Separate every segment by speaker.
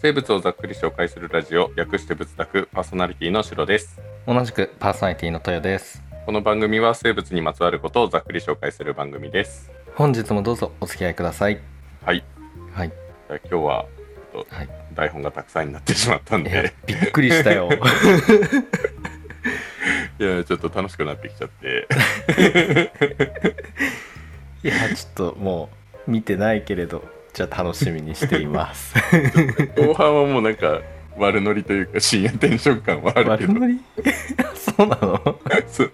Speaker 1: 生物をざっくり紹介するラジオ略して仏卓パーソナリティのシロです
Speaker 2: 同じくパーソナリティの豊です
Speaker 1: この番組は生物にまつわることをざっくり紹介する番組です
Speaker 2: 本日もどうぞお付き合いください
Speaker 1: はい
Speaker 2: はい
Speaker 1: じゃあ今日はちょっと
Speaker 2: はい
Speaker 1: 台本がたくさんになってしまったん
Speaker 2: いや
Speaker 1: で、
Speaker 2: びっくりした よ
Speaker 1: い、やちょっと楽しくなってきちゃって
Speaker 2: いやちょっともう見てないけれどじゃあ楽しみにしています
Speaker 1: 後半はもうなんか悪ノリというか深夜テンション感はあるけ
Speaker 2: 悪
Speaker 1: ど
Speaker 2: ノリ そうなの、
Speaker 1: そう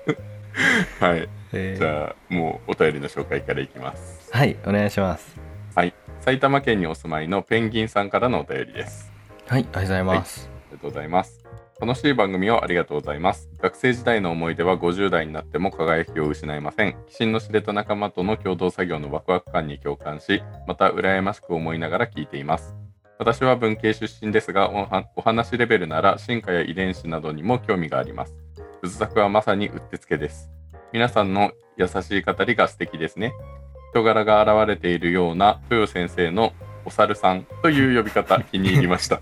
Speaker 1: はい
Speaker 2: えー
Speaker 1: じゃあもうお便りの紹介からいきます
Speaker 2: はいお願いします
Speaker 1: はい埼玉県にお住まいのペンギンさんからのお便りです
Speaker 2: はいありがとうございます、
Speaker 1: ありがとうございます。楽しい番組をありがとうございます。学生時代の思い出は50代になっても輝きを失いません。寄進の知れた仲間との共同作業のワクワク感に共感し、また羨ましく思いながら聞いています。私は文系出身ですが、おはお話レベルなら進化や遺伝子などにも興味があります。仏作はまさにうってつけです。皆さんの優しい語りが素敵ですね。人柄が現れているような豊先生のお猿さんという呼び方気に入りました。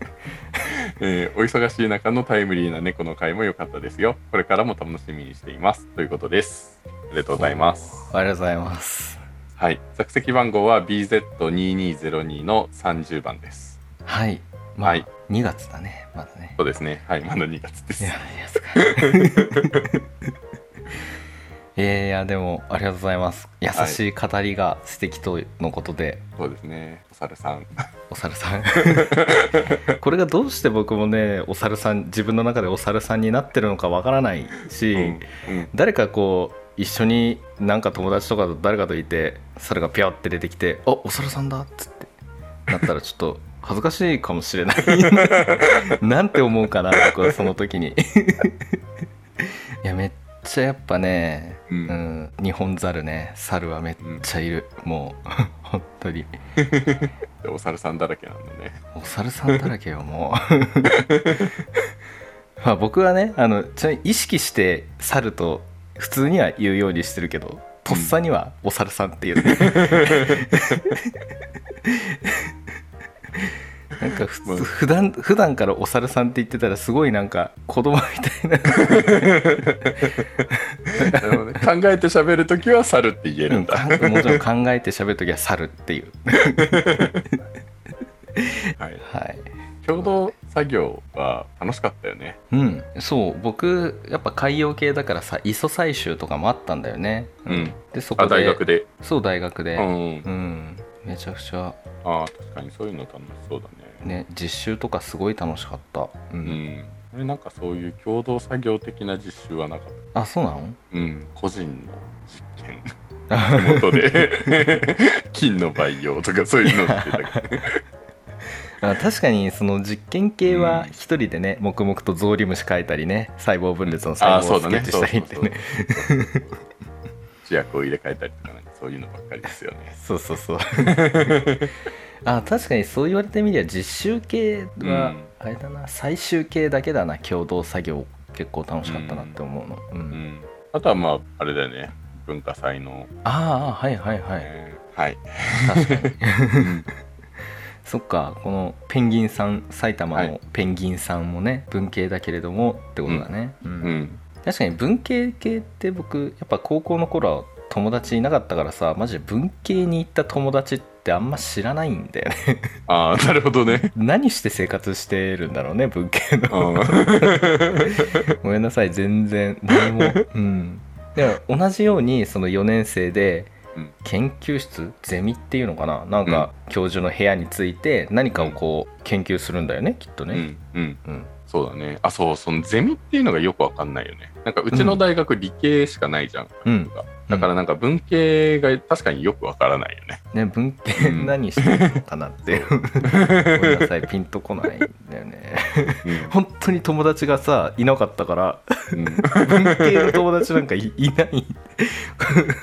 Speaker 1: えーお忙しい中のタイムリーな猫の回も良かったですよ。これからも楽しみにしています。ということです。ありがとうございます。
Speaker 2: ありがとうございます
Speaker 1: はい。座席番号は BZ2202 の30番です。
Speaker 2: はいまあ、
Speaker 1: はい
Speaker 2: 2月だねまだね
Speaker 1: そうですね。はい。まだ2月で
Speaker 2: い
Speaker 1: す。
Speaker 2: や
Speaker 1: あ
Speaker 2: いやすか いやいやでもありがとうございます優しい語りが素敵とのことで、
Speaker 1: そうですね。お猿さん。
Speaker 2: お猿さんこれがどうして僕もねお猿さん自分の中でお猿さんになってるのかわからないし、
Speaker 1: うんうん
Speaker 2: 誰かこう一緒になんか友達とかと誰かといて猿がピョって出てきて「あお猿さんだ」っつってなったらちょっと恥ずかしいかもしれない なんて思うかな僕はその時に いやめっちゃやっぱね、
Speaker 1: う
Speaker 2: うんん日本猿ね猿はめっちゃいる、もう 本当に
Speaker 1: でお猿さんだらけなんだね。
Speaker 2: お猿さんだらけよもう まあ僕はねあのちなみに意識して猿と普通には言うようにしてるけどとっさにはお猿さんっていう、ねなんか普
Speaker 1: まあ
Speaker 2: 通普段普段からお猿さんって言ってたらすごいなんか子供みたいな
Speaker 1: なるほどね考えて喋るときは猿って言えるんだ。
Speaker 2: うんもちろん考えて喋るときは猿っていう
Speaker 1: はい。
Speaker 2: はい
Speaker 1: 共同作業は楽しかったよね。
Speaker 2: うん、そう僕やっぱ海洋系だからさ磯採集とかもあったんだよね、
Speaker 1: うん
Speaker 2: でそこ
Speaker 1: あ、
Speaker 2: で
Speaker 1: 大学で。
Speaker 2: そう大学で
Speaker 1: う、ん
Speaker 2: うん。めちゃくちゃ、
Speaker 1: ああ、確かにそういうの楽しそうだね。
Speaker 2: ね、実習とかすごい楽しかった、う
Speaker 1: う
Speaker 2: ん
Speaker 1: ん。えなんかそういう共同作業的な実習はなかった。
Speaker 2: あそうなの
Speaker 1: うん、個人の実験 手元で 金の培養とかそういうのって たけど
Speaker 2: あ確かにその実験系は一人でね、黙々とゾウリムシ描いたりね細胞分裂の細
Speaker 1: あー
Speaker 2: 胞
Speaker 1: そ
Speaker 2: を
Speaker 1: うだ
Speaker 2: スケ
Speaker 1: ね
Speaker 2: ッチしたりってね
Speaker 1: そうそうそうそう試薬を入れ替えたりとかなんかそういうのばっかりですよね
Speaker 2: そうそうそう あ確かにそう言われてみりゃ実習系は、
Speaker 1: うん
Speaker 2: あれだな最終系だけだな共同作業結構楽しかったなって思うの、うん
Speaker 1: うんあとはまああれだよね文化祭の、
Speaker 2: ああはいはいはい
Speaker 1: えーはい
Speaker 2: 確かにそっかこのペンギンさん埼玉
Speaker 1: は
Speaker 2: のペンギンさんもね、文系だけれどもってことだね、うん
Speaker 1: うん
Speaker 2: 確かに文系系って僕やっぱ高校の頃は友達いなかったからさマジで文系に行った友達ってあんま知らないんだよね
Speaker 1: ああなるほどね
Speaker 2: 何して生活してるんだろうね文系
Speaker 1: う
Speaker 2: の
Speaker 1: ん
Speaker 2: ごめんなさい全然何もうんでも同じようにその4年生で
Speaker 1: うん
Speaker 2: 研究室ゼミっていうのかななんか教授の部屋について何かをこう研究するんだよねきっと
Speaker 1: う
Speaker 2: ね、
Speaker 1: んうん
Speaker 2: うん、
Speaker 1: そうだねあそうそのゼミっていうのがよくわかんないよねなんかうちの大学理系しかないじゃん、
Speaker 2: うん
Speaker 1: だからなんか文系が確かによくわからないよね
Speaker 2: ね文系
Speaker 1: うん
Speaker 2: 何してるのかなっ ていうごめんなさいピンとこないんだよね本当に友達がさいなかったから
Speaker 1: うん
Speaker 2: 文系の友達なんかいいない
Speaker 1: ね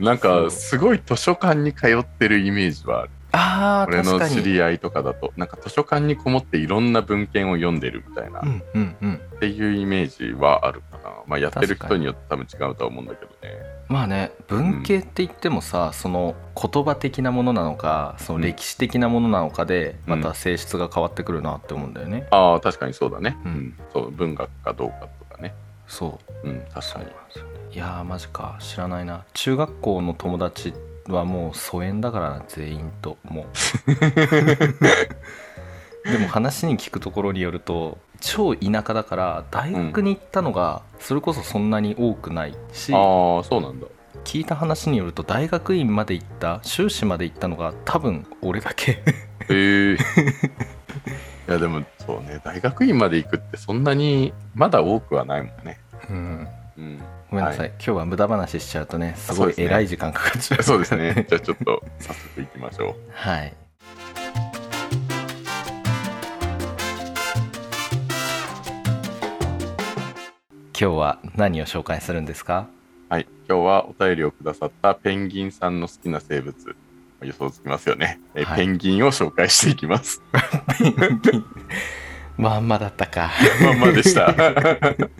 Speaker 1: なんかすごい図書館に通ってるイメージはある
Speaker 2: あー
Speaker 1: 俺
Speaker 2: 確
Speaker 1: の
Speaker 2: か
Speaker 1: 知
Speaker 2: に
Speaker 1: り合いとかだとなんか図書館にこもっていろんな文献を読んでるみたいな、
Speaker 2: う
Speaker 1: っ
Speaker 2: んうんうん
Speaker 1: ていうイメージはあるかなまあやってる
Speaker 2: 確か
Speaker 1: 人
Speaker 2: に
Speaker 1: によって多分違うとは思うんだけどね
Speaker 2: まあね文系って言ってもさ、その言葉的なものなのかその歴史的なものなのかで
Speaker 1: う
Speaker 2: ま
Speaker 1: ん
Speaker 2: た性質が変わってくるなって思うんだよね、
Speaker 1: ああ確かにそうだね、
Speaker 2: うん
Speaker 1: そう文学かどうかとかね
Speaker 2: そう
Speaker 1: うん確
Speaker 2: そ
Speaker 1: か
Speaker 2: う
Speaker 1: に
Speaker 2: なんですよねいやーマジか知らないな中学校の友達はもう疎遠だからな全員と もうでも話に聞くところによると超田舎だから大学に行ったのがそれこそそんなに多くないし、
Speaker 1: ああそうなんだ
Speaker 2: 聞いた話によると大学院まで行った修士まで行ったのが多分俺だけ
Speaker 1: へえいやでもそうね大学院まで行くってそんなにまだ多くはないもんね
Speaker 2: うん
Speaker 1: うん
Speaker 2: ごめんなさい、
Speaker 1: は
Speaker 2: 今日は無駄話しちゃうとねす
Speaker 1: そう
Speaker 2: ご
Speaker 1: で
Speaker 2: い
Speaker 1: すね
Speaker 2: 偉い時間かかっちゃ う
Speaker 1: そうですねじゃあちょっと早速行きましょ
Speaker 2: はい今日は何を紹介するんですか
Speaker 1: うはい今日はお便りをくださったペンギンさんの好きな生物予想つきますよね、え
Speaker 2: はい
Speaker 1: ペンギンを紹介していきます
Speaker 2: まんまだったか
Speaker 1: まんまでしたは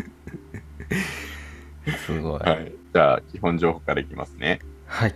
Speaker 2: すごい
Speaker 1: いじゃあ基本情報からいきますね
Speaker 2: はい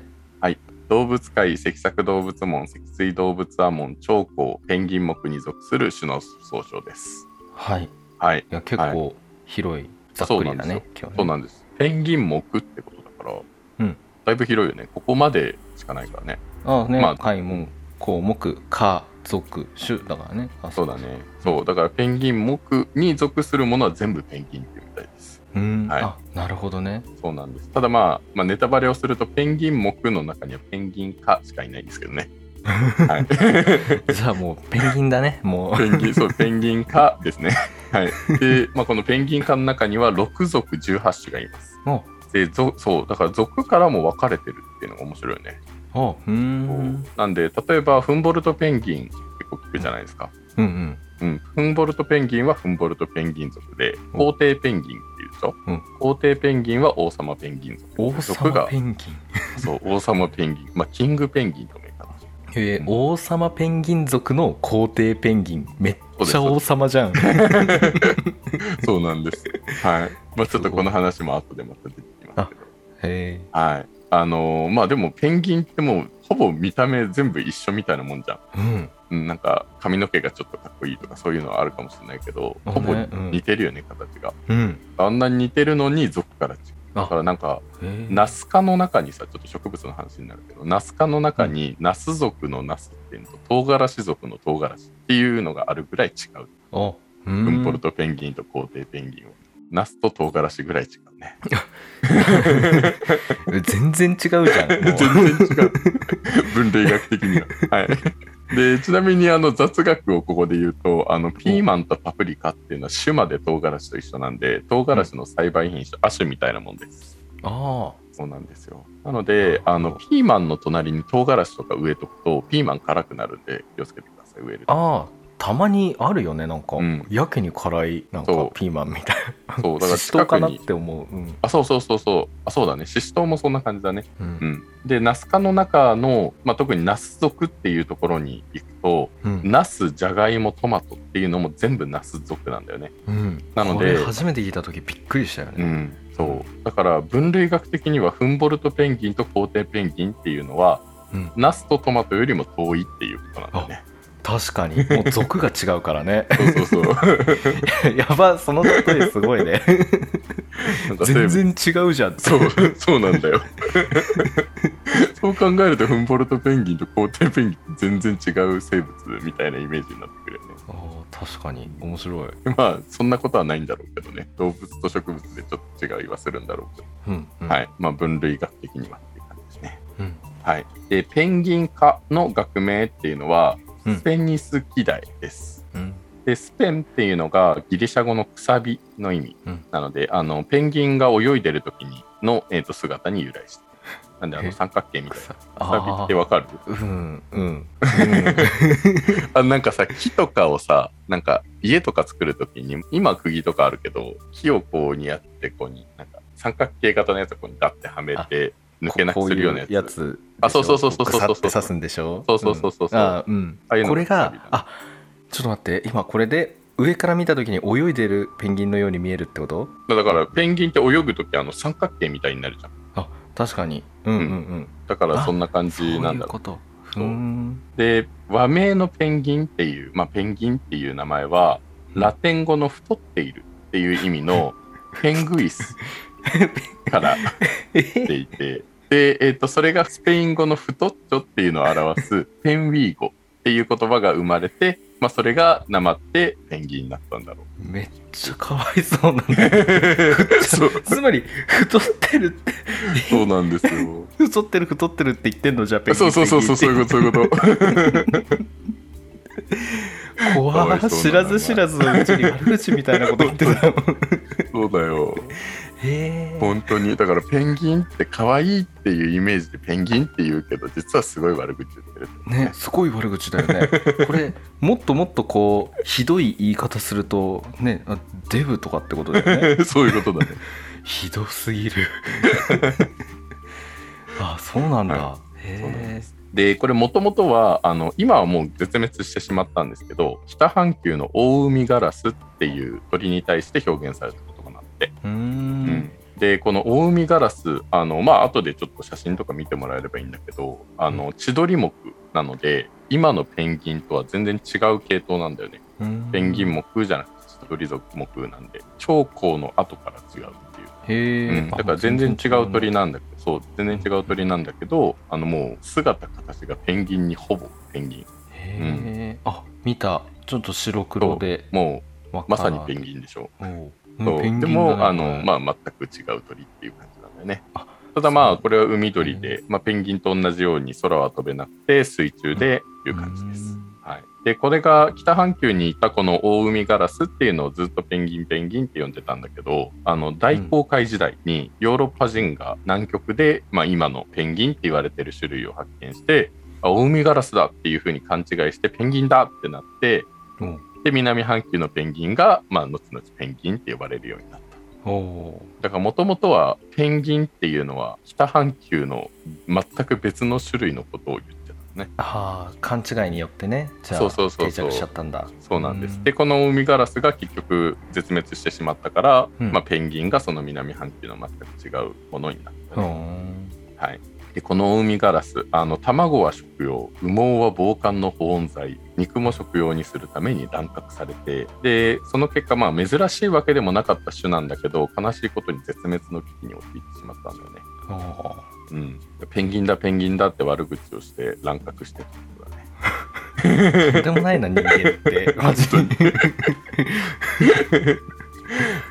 Speaker 1: 動物界脊索動物門脊椎動物亜門長江ペンギン目に属する種の総称です
Speaker 2: はいい
Speaker 1: はい
Speaker 2: や結構広い、ざっくりだね
Speaker 1: そう
Speaker 2: 今日ね
Speaker 1: なんです。ペンギン目ってことだから、
Speaker 2: うん
Speaker 1: だいぶ広いよね。ここまでしかないからね。
Speaker 2: ああね、
Speaker 1: まあ
Speaker 2: 貝も項目か属種だからねあ
Speaker 1: そうだね。そう、だからペンギン目に属するものは全部ペンギンっていうみたいです。
Speaker 2: うん、
Speaker 1: はい
Speaker 2: あなるほどね
Speaker 1: そうなんです。ただまあ、まあ、ネタバレをすると、ペンギン目の中にはペンギン科しかいないんですけど ね。はい、
Speaker 2: じゃあもうペンギンだねもう
Speaker 1: ペンギン、そう、ペンギン科ですね。はい。で、まあ、このペンギン科の中には6属18種がいます。
Speaker 2: も
Speaker 1: で、ぞそう、だから属からも分かれてるっていうのが面白いよね。
Speaker 2: うあうーん
Speaker 1: なんで例えばフンボルトペンギン結構聞くじゃないですか、
Speaker 2: うん
Speaker 1: う
Speaker 2: うん
Speaker 1: ん、フンボルトペンギンはフンボルトペンギン族で
Speaker 2: うん
Speaker 1: 皇帝ペンギンっていうでしょ、
Speaker 2: うん
Speaker 1: 皇帝ペンギンは王様ペンギン 族
Speaker 2: 王
Speaker 1: 族
Speaker 2: 様
Speaker 1: が
Speaker 2: ペンギン
Speaker 1: そう王様ペンギン、まあ、キングペンギンともいいかな
Speaker 2: えー王様ペンギン族の皇帝ペンギンめっ
Speaker 1: そうで
Speaker 2: ち
Speaker 1: す
Speaker 2: ゃ王様じゃん
Speaker 1: そうなんですはい、まあ、ちょっとこの話も後でまた出てきますけど
Speaker 2: へ
Speaker 1: はいあのーまあでもペンギンってもうほぼ見た目全部一緒みたいなもんじゃん
Speaker 2: えうん
Speaker 1: うんなんか髪の毛がちょっとかっこいいとかそういうのはあるかもしれないけど
Speaker 2: あ
Speaker 1: ほぼ
Speaker 2: ねうん
Speaker 1: 似てるよね形が
Speaker 2: うん
Speaker 1: あんなに似てるのに族から違う
Speaker 2: あ
Speaker 1: だからなんか
Speaker 2: へえ
Speaker 1: ナス科の中にさちょっと植物の話になるけどナス科の中にナス族のナスっていうのと唐辛子族の唐辛子っていうのがあるぐらい違う
Speaker 2: あう
Speaker 1: フン
Speaker 2: ん
Speaker 1: ポルトペンギンと皇帝ペンギンはナスと唐辛子ぐらい違うね
Speaker 2: 全然違うじ ゃんもう
Speaker 1: 全然違う 分類学的にははいでちなみにあの雑学をここで言うとあのピーマンとパプリカっていうのは種まで唐辛子と一緒なんで唐辛子の栽培品種亜種みたいなもんです
Speaker 2: あ
Speaker 1: そうなんですよ。なので、あのピーマンの隣に唐辛子とか植えとくと、ピーマン辛くなるんで、気をつけてください、植えると。
Speaker 2: あああたまにあるよねなんか、
Speaker 1: うん
Speaker 2: やけに辛いなんか
Speaker 1: そう
Speaker 2: ピーマンみたいな
Speaker 1: そう、だから
Speaker 2: シシトウ
Speaker 1: 近く
Speaker 2: かなっ
Speaker 1: に。
Speaker 2: て思う、うん
Speaker 1: あ、そうそうそうそう。あ、そうだね。シシトウもそんな感じだね。
Speaker 2: う
Speaker 1: うんん。で、ナス科の中の、まあ、特にナス属っていうところに行くと、
Speaker 2: うん
Speaker 1: ナス、ジャガイモ、トマトっていうのも全部ナス属なんだよね。
Speaker 2: うん、
Speaker 1: なので
Speaker 2: これ初めて聞いた時びっくりしたよ
Speaker 1: う
Speaker 2: ね、
Speaker 1: ん。そう。だから、分類学的には、フンボルトペンギンとコウテイペンギンっていうのは、
Speaker 2: うん
Speaker 1: ナスとトマトよりも遠いっていうことなんだよね。
Speaker 2: 確かにもう族が違うか らね
Speaker 1: そうそうそ う。
Speaker 2: やばその例えすごい ね
Speaker 1: なんか生
Speaker 2: 全
Speaker 1: 物
Speaker 2: 然違うじゃん
Speaker 1: そう そうなんだよそう考えるとフンボルトペンギンとコウテイペンギン全然違う生物みたいなイメージになってくるよね
Speaker 2: あー確かに面白い、
Speaker 1: まあそんなことはないんだろうけどね動物と植物でちょっと違いはするんだろうけど、
Speaker 2: うんうん
Speaker 1: はいまあ分類学的にはっていう感じですね
Speaker 2: うん
Speaker 1: はいでペンギン科の学名っていうのは
Speaker 2: うん
Speaker 1: スペニスキダイです、
Speaker 2: うん
Speaker 1: でスペンっていうのがギリシャ語のくさびの意味、
Speaker 2: うん
Speaker 1: なのであのペンギンが泳いでる時にの、えー、と姿に由来してなんであの
Speaker 2: え
Speaker 1: 三角形みたいなく
Speaker 2: 草
Speaker 1: さび
Speaker 2: あ
Speaker 1: ってわかる
Speaker 2: ーうんうん
Speaker 1: あなんかさ木とかをさなんか家とか作る時に今釘とかあるけど木をこうにやってこうになんか三角形型のやつをこうにガッてはめて抜けなくするようなやつ
Speaker 2: ここいやつ
Speaker 1: あそうそうそうそうそう
Speaker 2: 腐って刺すんでしょ
Speaker 1: そうそうそうそうそうん
Speaker 2: あーうん
Speaker 1: ああいうの
Speaker 2: これ
Speaker 1: くさび
Speaker 2: が
Speaker 1: だ
Speaker 2: あちょっと待って今これで上から見た時に泳いでるペンギンのように見えるってこと
Speaker 1: だからペンギンって泳ぐ時あの三角形みたいになるじゃん
Speaker 2: 確かにうんうんうん
Speaker 1: だからそんな感じなんだろう
Speaker 2: と
Speaker 1: そう
Speaker 2: ーん
Speaker 1: で和名のペンギンっていう、まあ、ペンギンっていう名前はラテン語の太っているっていう意味 のペングイスから来ていてで、えー、とそれがスペイン語の太っちょっていうのを表すペンウィーゴっていう言葉が生まれて、まあ、それがなまってペンギンになったんだろう。
Speaker 2: めっちゃかわいそうなんだけど
Speaker 1: そう
Speaker 2: つまり太ってるって
Speaker 1: そうなんですよ。
Speaker 2: 太ってる太ってるって言ってんのじゃあペ ンギ
Speaker 1: そう
Speaker 2: ン
Speaker 1: そうそうそうそういうことそういうこと。
Speaker 2: ペンギン怖
Speaker 1: かわい
Speaker 2: っ
Speaker 1: そう
Speaker 2: 知
Speaker 1: だ
Speaker 2: ら
Speaker 1: な
Speaker 2: ず知らずのうちに悪口みたいなこと言ってたもん
Speaker 1: そうだよ。
Speaker 2: へえ
Speaker 1: 本当にだからペンギンって可愛いっていうイメージでペンギンって言うけど実はすごい悪口言ってる。
Speaker 2: ねすごい悪口だよねこれもっともっとこうひどい言い方するとねあデブとかってことだよ ね
Speaker 1: そういうことだね。
Speaker 2: ひどすぎる あそうなんだ、
Speaker 1: はそうなん
Speaker 2: へえ
Speaker 1: で、これもともとは、あの、今はもう絶滅してしまったんですけど、北半球の大海ガラスっていう鳥に対して表現された言葉なんで、
Speaker 2: うー
Speaker 1: うんで、この大海ガラス、あの、まあ、後でちょっと写真とか見てもらえればいいんだけど、あの、千鳥目なので、今のペンギンとは全然違う系統なんだよね。
Speaker 2: うん
Speaker 1: ペンギン目じゃなくて、千鳥属目なんで、長江の後から違うっていう。
Speaker 2: へえ、
Speaker 1: うん、だから全然違う鳥なんだけど、そう、全然違う鳥なんだけど、あのもう姿形がペンギンにほぼペンギン。
Speaker 2: へえ、あ見たちょっと白黒で
Speaker 1: も
Speaker 2: わ
Speaker 1: うまさにペンギンでしょ。
Speaker 2: ン
Speaker 1: そうでも、あの、
Speaker 2: あ
Speaker 1: まあ全く違う鳥っていう感じなんだよね
Speaker 2: あ。
Speaker 1: ただまあこれは海鳥で、まあ、ペンギンと同じように空は飛べなくて水中でっていう感じです。はい、でこれが北半球にいたこの大海ガラスっていうのをずっとペンギンペンギンって呼んでたんだけどあの大航海時代にヨーロッパ人が南極で、まあ、今のペンギンって言われてる種類を発見してあ大海ガラスだっていうふうに勘違いしてペンギンだってなって
Speaker 2: うん
Speaker 1: で南半球のペンギンが、まあ、後々ペンギンって呼ばれるようになった
Speaker 2: おお
Speaker 1: だからもともとはペンギンっていうのは北半球の全く別の種類のことを言ってたのね
Speaker 2: ああ勘違いによってねじゃあ
Speaker 1: そうそうそう
Speaker 2: 定
Speaker 1: そう
Speaker 2: 着しちゃったんだ
Speaker 1: そうなんです。
Speaker 2: うん
Speaker 1: で、このウミガラスが結局絶滅してしまったから、
Speaker 2: うん
Speaker 1: まあ、ペンギンがその南半球の全く違うものになった
Speaker 2: う
Speaker 1: ね、
Speaker 2: ん
Speaker 1: はい。で、このウミガラス、あの卵は食用、羽毛は防寒の保温剤、肉も食用にするために乱獲されて、で、その結果、まあ、珍しいわけでもなかった種なんだけど、悲しいことに絶滅の危機に陥ってしまったんだよね。
Speaker 2: おー
Speaker 1: うん。ペンギンだ、ペンギンだって悪口をして乱獲 してたんだね。
Speaker 2: とんでもないな人間 ってマジで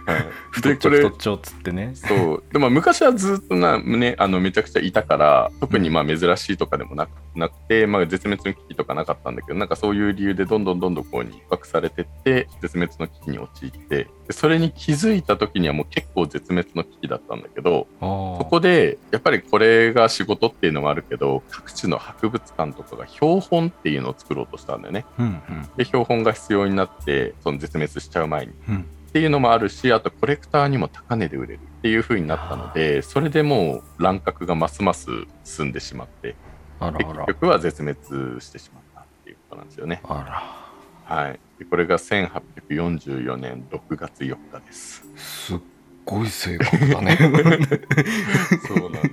Speaker 1: はい、
Speaker 2: 太っちょ太っちょっつってね
Speaker 1: そうでも昔はずっとな、ね、あのめちゃくちゃいたから特にまあ珍しいとかでもなくなくて、まあ、絶滅の危機とかなかったんだけどなんかそういう理由でどんどんどんどんこうに逼迫されてって絶滅の危機に陥ってでそれに気づいた時にはもう結構絶滅の危機だったんだけど
Speaker 2: あー
Speaker 1: そこでやっぱりこれが仕事っていうのもあるけど各地の博物館とかが標本っていうのを作ろうとしたんだよね。
Speaker 2: うんうん
Speaker 1: で標本が必要になってその絶滅しちゃう前に。
Speaker 2: うん
Speaker 1: っていうのもあるしあとコレクターにも高値で売れるっていう風になったのでそれでもう乱獲がますます進んでしまって
Speaker 2: あら
Speaker 1: で
Speaker 2: あ
Speaker 1: 結
Speaker 2: ら
Speaker 1: 局は絶滅してしまったっていうことなんですよね。
Speaker 2: あ
Speaker 1: はい、でこれが1844年6月4日です。
Speaker 2: らすっごい性格 だね
Speaker 1: そうなんですよ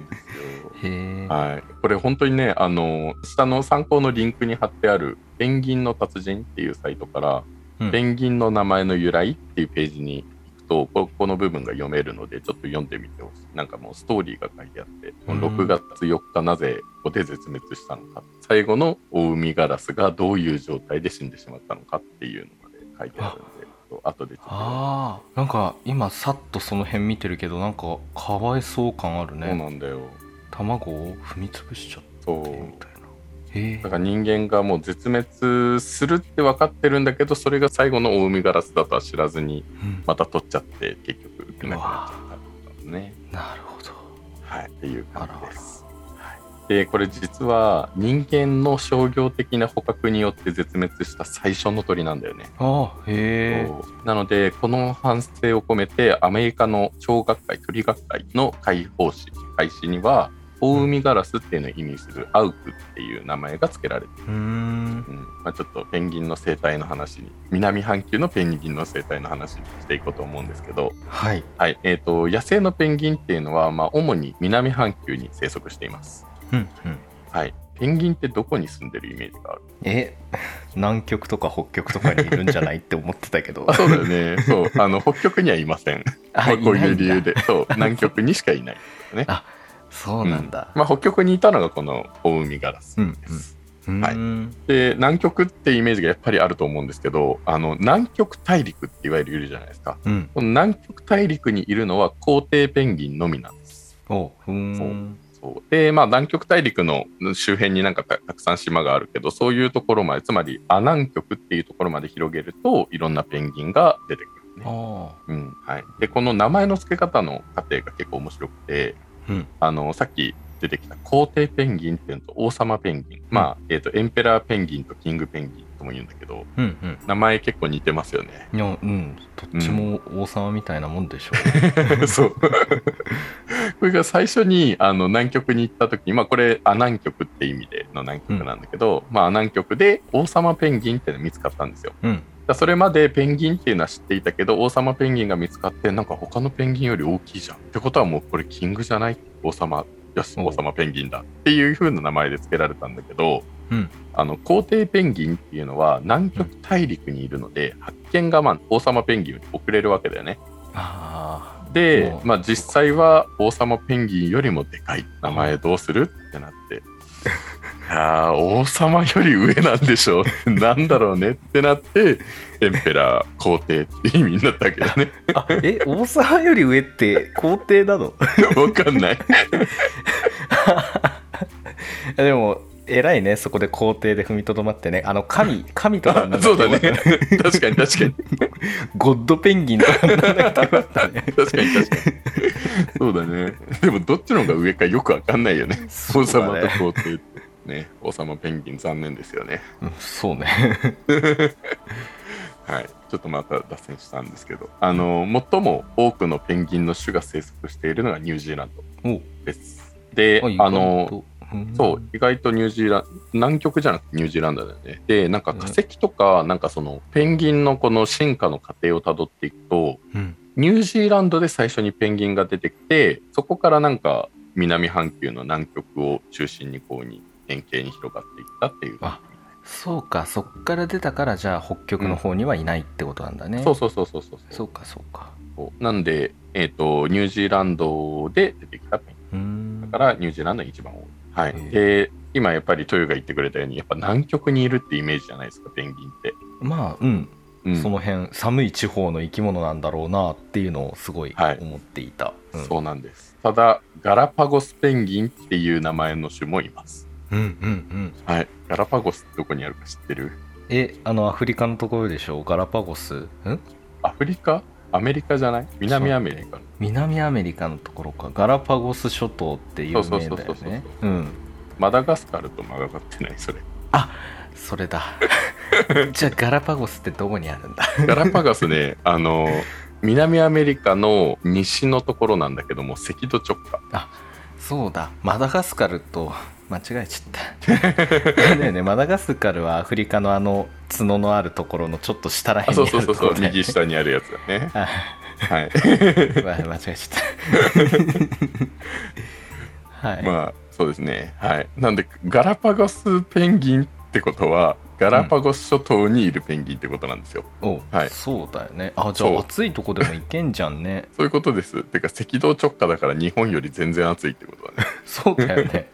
Speaker 2: へえ
Speaker 1: はい、これ本当にねあの下の参考のリンクに貼ってある「ペンギンの達人」っていうサイトから、
Speaker 2: うん
Speaker 1: ペンギンの名前の由来っていうページに行くとここの部分が読めるのでちょっと読んでみてほしいなんかもうストーリーが書いてあってこの
Speaker 2: うん
Speaker 1: 6月4日なぜここで絶滅したのか最後のオウミガラスがどういう状態で死んでしまったのかっていうのまで書いてあるのでちょっと後でちょっと
Speaker 2: ああなんか今さっとその辺見てるけどなんかかわいそう感ある
Speaker 1: そう
Speaker 2: ね
Speaker 1: なんだよ
Speaker 2: 卵を踏みつぶしちゃっ
Speaker 1: そう
Speaker 2: てみたいなへ
Speaker 1: だから人間がもう絶滅するって分かってるんだけどそれが最後のオウミガラスだとは知らずに
Speaker 2: え、うん
Speaker 1: また取っちゃって結局いなくなっちゃったってことなんですね。
Speaker 2: なるほど
Speaker 1: はい、っていう感じです。はいでこれ実は人間の商業的な捕獲によって絶滅した最初の鳥なんだよね。
Speaker 2: ああへえ
Speaker 1: そうなのでこの反省を込めてアメリカの鳥学会鳥学会の解放誌開始には大海ガラスっていうのを意味するアウクっていう名前が付けられている、
Speaker 2: うーん
Speaker 1: うんまあ、ちょっとペンギンの生態の話に南半球のペンギンの生態の話にしていこうと思うんですけど、
Speaker 2: はい
Speaker 1: はいえー、と野生のペンギンっていうのは、まあ、主に南半球に生息しています、
Speaker 2: うんうん
Speaker 1: はい、ペンギンってどこに住んでるイメージがある
Speaker 2: え南極とか北極とかにいるんじゃないって思ってたけ ど
Speaker 1: そうだよねそうあの北極にはいません
Speaker 2: あ
Speaker 1: まあこう
Speaker 2: ない
Speaker 1: うん
Speaker 2: だ
Speaker 1: 理由でそう南極にしかいない、
Speaker 2: そうなんだ
Speaker 1: まあ、北極にいたのがこの大海ガラス
Speaker 2: うん
Speaker 1: です、
Speaker 2: うん
Speaker 1: はいう
Speaker 2: ーん
Speaker 1: で南極ってイメージがやっぱりあると思うんですけどあの南極大陸っていわゆるいるじゃないですか
Speaker 2: うん
Speaker 1: この南極大陸にいるのは皇帝ペンギンのみなんです
Speaker 2: おううーん
Speaker 1: そうでまあ南極大陸の周辺になんかたたくさん島があるけどそういうところまでつまりア南極っていうところまで広げるといろんなペンギンが出てくる、ね、
Speaker 2: あ
Speaker 1: うんはい、でこの名前の付け方の過程が結構面白くて
Speaker 2: あうん
Speaker 1: あのさっき出てきた皇帝ペンギンっていうのと王様ペンギン、まあ、えー、とエンペラーペンギンとキングペンギンとも言うんだけど
Speaker 2: うんうん
Speaker 1: 名前結構似てますよね
Speaker 2: いやうんどっちも王様みたいなもんでし ょ
Speaker 1: そうこれが最初にあの南極に行った時に、まあ、これア南極って意味での南極なんだけど、まあ、ア南極で王様ペンギンっていうの見つかったんですよ
Speaker 2: う、うん、
Speaker 1: だからそれまでペンギンっていうのは知っていたけど王様ペンギンが見つかってなんか他のペンギンより大きいじゃんってことはもうこれキングじゃない王様よし
Speaker 2: おう
Speaker 1: 王様ペンギンだっていう風な名前で付けられたんだけど、
Speaker 2: うん
Speaker 1: あの皇帝ペンギンっていうのは南極大陸にいるので、発見が、まあ、王様ペンギンより遅れるわけだよね
Speaker 2: あ
Speaker 1: で
Speaker 2: お、う
Speaker 1: まあ、実際は王様ペンギンよりもでかい名前どうするってな って。いやー王様より上なんでしょう なんだろうねってなってエンペラー皇帝って意味になったわけだね
Speaker 2: ーあえ王様より上って皇帝なの
Speaker 1: わかんない
Speaker 2: でも偉いねそこで皇帝で踏みとどまってねあの神神とかにな
Speaker 1: あ
Speaker 2: ん
Speaker 1: そうだね
Speaker 2: けど
Speaker 1: 確かに確かに
Speaker 2: ゴッドペンギンとかになんなくてよかったね
Speaker 1: 確かに確かにそうだねでもどっちの方が上かよくわかんないよね王
Speaker 2: そう
Speaker 1: 様
Speaker 2: だ
Speaker 1: と
Speaker 2: ね
Speaker 1: 皇帝ってね王様ペンギン残念ですよね
Speaker 2: うんそうね
Speaker 1: はい、ちょっとまた脱線したんですけどあの最も多くのペンギンの種が生息しているのがニュージーランド
Speaker 2: お
Speaker 1: です。で
Speaker 2: 意
Speaker 1: あ
Speaker 2: 外
Speaker 1: の
Speaker 2: とうん
Speaker 1: そう意外とニュージーランド南極じゃなくてニュージーランドだよね。でなんか化石とか、なんかそのペンギンのこの進化の過程をたどっていくと
Speaker 2: うん
Speaker 1: ニュージーランドで最初にペンギンが出てきてそこからなんか南半球の南極を中心にこうに円形に広がっていったっていう
Speaker 2: あそうかそっから出たからじゃあ北極の方にはいないってことなんだね、
Speaker 1: そうそうそうそうそう
Speaker 2: そうかそうか
Speaker 1: そうなんで、えー、とニュージーランドで出てきたペンギ
Speaker 2: うーん
Speaker 1: ンだからニュージーランドが一番多い。は
Speaker 2: へ
Speaker 1: い、
Speaker 2: ー
Speaker 1: で今やっぱりトヨが言ってくれたようにやっぱ南極にいるってイメージじゃないですかペンギンって。
Speaker 2: まあうん
Speaker 1: うん
Speaker 2: その辺寒い地方の生き物なんだろうなっていうのをすごい
Speaker 1: はい
Speaker 2: 思っていた、うん
Speaker 1: そうなんですただガラパゴスペンギンっていう名前の種もいます。
Speaker 2: うんうんうん
Speaker 1: はい、ガラパゴスってどこにあるか知ってる
Speaker 2: えあのアフリカのところでしょガラパゴスん
Speaker 1: アフリカアメリカじゃない南アメリカ
Speaker 2: 南アメリカのところかガラパゴス諸島って有名だ
Speaker 1: そうそう
Speaker 2: よ
Speaker 1: そうそう
Speaker 2: ねうん
Speaker 1: マダガスカルとマダガってないそれ
Speaker 2: それだ じゃあガラパゴスってどこにあるんだ
Speaker 1: ガラパガスねあの南アメリカの西のところなんだけども赤道直下
Speaker 2: そうだマダガスカルと間違えちゃったあれ だよねマダガスカルはアフリカのあの角のあるところのちょっと下らへ
Speaker 1: あ
Speaker 2: ん
Speaker 1: そう
Speaker 2: にあ
Speaker 1: そう
Speaker 2: る
Speaker 1: そ
Speaker 2: と
Speaker 1: うそう、
Speaker 2: ころだよね
Speaker 1: 右下にあるやつだね。
Speaker 2: あ
Speaker 1: はい。
Speaker 2: まあ間違えちゃった。はい。
Speaker 1: まあ、そうですね。はい。なんで、ガラパゴスペンギンってことは、ガラパゴス諸島にいるペンギンってことなんですよ。
Speaker 2: お
Speaker 1: はい
Speaker 2: そうだよね。あ、じ
Speaker 1: そ
Speaker 2: ゃ
Speaker 1: う
Speaker 2: あ暑いとこでも行けんじゃんね。
Speaker 1: そういうことです。てか、赤道直下だから日本より全然暑いってこと だね。
Speaker 2: そうだよね。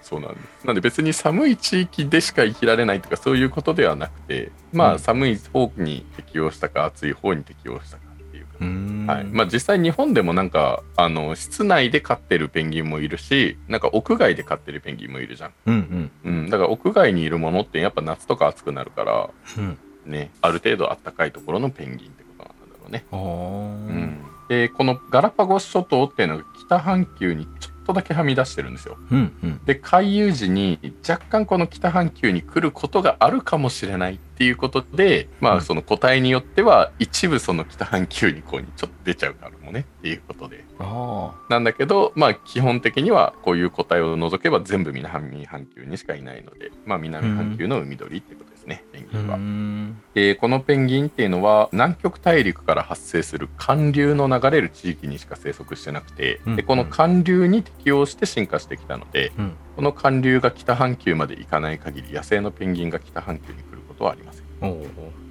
Speaker 1: そうなんです。なんで、別に寒い地域でしか生きられないとか、そういうことではなくて、ま
Speaker 2: う
Speaker 1: あ、
Speaker 2: ん
Speaker 1: 寒い方に適応したか、暑い方に適応したかっていうか。
Speaker 2: うーん。
Speaker 1: はいまあ、実際日本でもなんかあの室内で飼ってるペンギンもいるしなんか屋外で飼ってるペンギンもいるじゃん
Speaker 2: うん
Speaker 1: うん、だから屋外にいるものってやっぱ夏とか暑くなるから
Speaker 2: うん。
Speaker 1: ねある程度暖かいところのペンギンってことなんだろうね、う
Speaker 2: うん。
Speaker 1: ん、でこのガラパゴス諸島っていうのが北半球にちょっとだけはみ出してるんですよ
Speaker 2: あー。うんうん。
Speaker 1: で回遊時に若干この北半球に来ることがあるかもしれないっていうことでま
Speaker 2: う
Speaker 1: あ
Speaker 2: ん
Speaker 1: その個体によっては一部その北半球にこうにちょっと出ちゃうかもねっていうことで
Speaker 2: あ
Speaker 1: なんだけど、まあ、基本的にはこういう個体を除けば全部南半球にしかいないので、まあ、南半球の海鳥ってことですね、ペン
Speaker 2: あう
Speaker 1: ギンは。
Speaker 2: ん
Speaker 1: でこのペンギンっていうのは南極大陸から発生する寒流の流れる地域にしか生息してなくて、
Speaker 2: うんう
Speaker 1: で
Speaker 2: ん
Speaker 1: この寒流に適応して進化してきたので、
Speaker 2: うん
Speaker 1: この寒流が北半球まで行かない限り野生のペンギンが北半球に来ることはありません。
Speaker 2: おお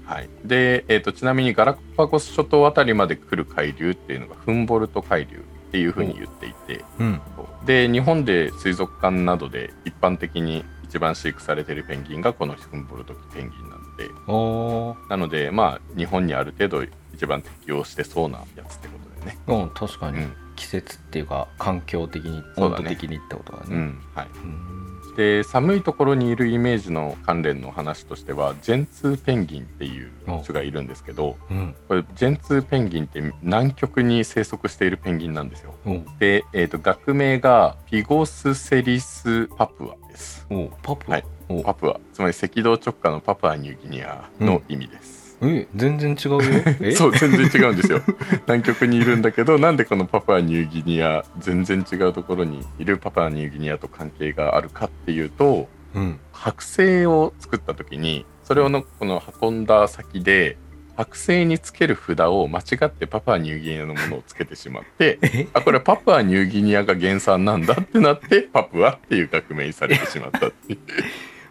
Speaker 1: はい、で、えー、とちなみにガラパゴス諸島あたりまで来る海流っていうのがフンボルト海流っていうふうに言っていて、
Speaker 2: うん
Speaker 1: で日本で水族館などで一般的に一番飼育されているペンギンがこのフンボルトペンギンなので
Speaker 2: おお
Speaker 1: なのでまあ日本にある程度一番適応してそうなやつってことだよね。
Speaker 2: うん確かに、
Speaker 1: うん
Speaker 2: 季節っていうか環境的に
Speaker 1: そう
Speaker 2: 温
Speaker 1: だね
Speaker 2: 度的にってことだ
Speaker 1: う
Speaker 2: ね
Speaker 1: んはい、
Speaker 2: うん
Speaker 1: で寒いところにいるイメージの関連の話としてはジェンツーペンギンっていう種がいるんですけど
Speaker 2: うん
Speaker 1: これジェンツーペンギンって南極に生息しているペンギンなんですよ。
Speaker 2: おう
Speaker 1: で、えー、と学名がピゴスセリスパプアです。
Speaker 2: おうパプ、
Speaker 1: はい
Speaker 2: おう
Speaker 1: パプアつまり赤道直下のパプアニューギニアの意味です。
Speaker 2: え全然違 うよえ
Speaker 1: そう全然違うんですよ 南極にいるんだけどなんでこのパプアニューギニア全然違うところにいるパプアニューギニアと関係があるかっていうと
Speaker 2: うん
Speaker 1: 剥製を作った時にそれをのこの運んだ先で剥製につける札を間違ってパプアニューギニアのものをつけてしまっ て
Speaker 2: え
Speaker 1: あこれパプアニューギニアが原産なんだってなってパプアっていう革命にされてしまったっていう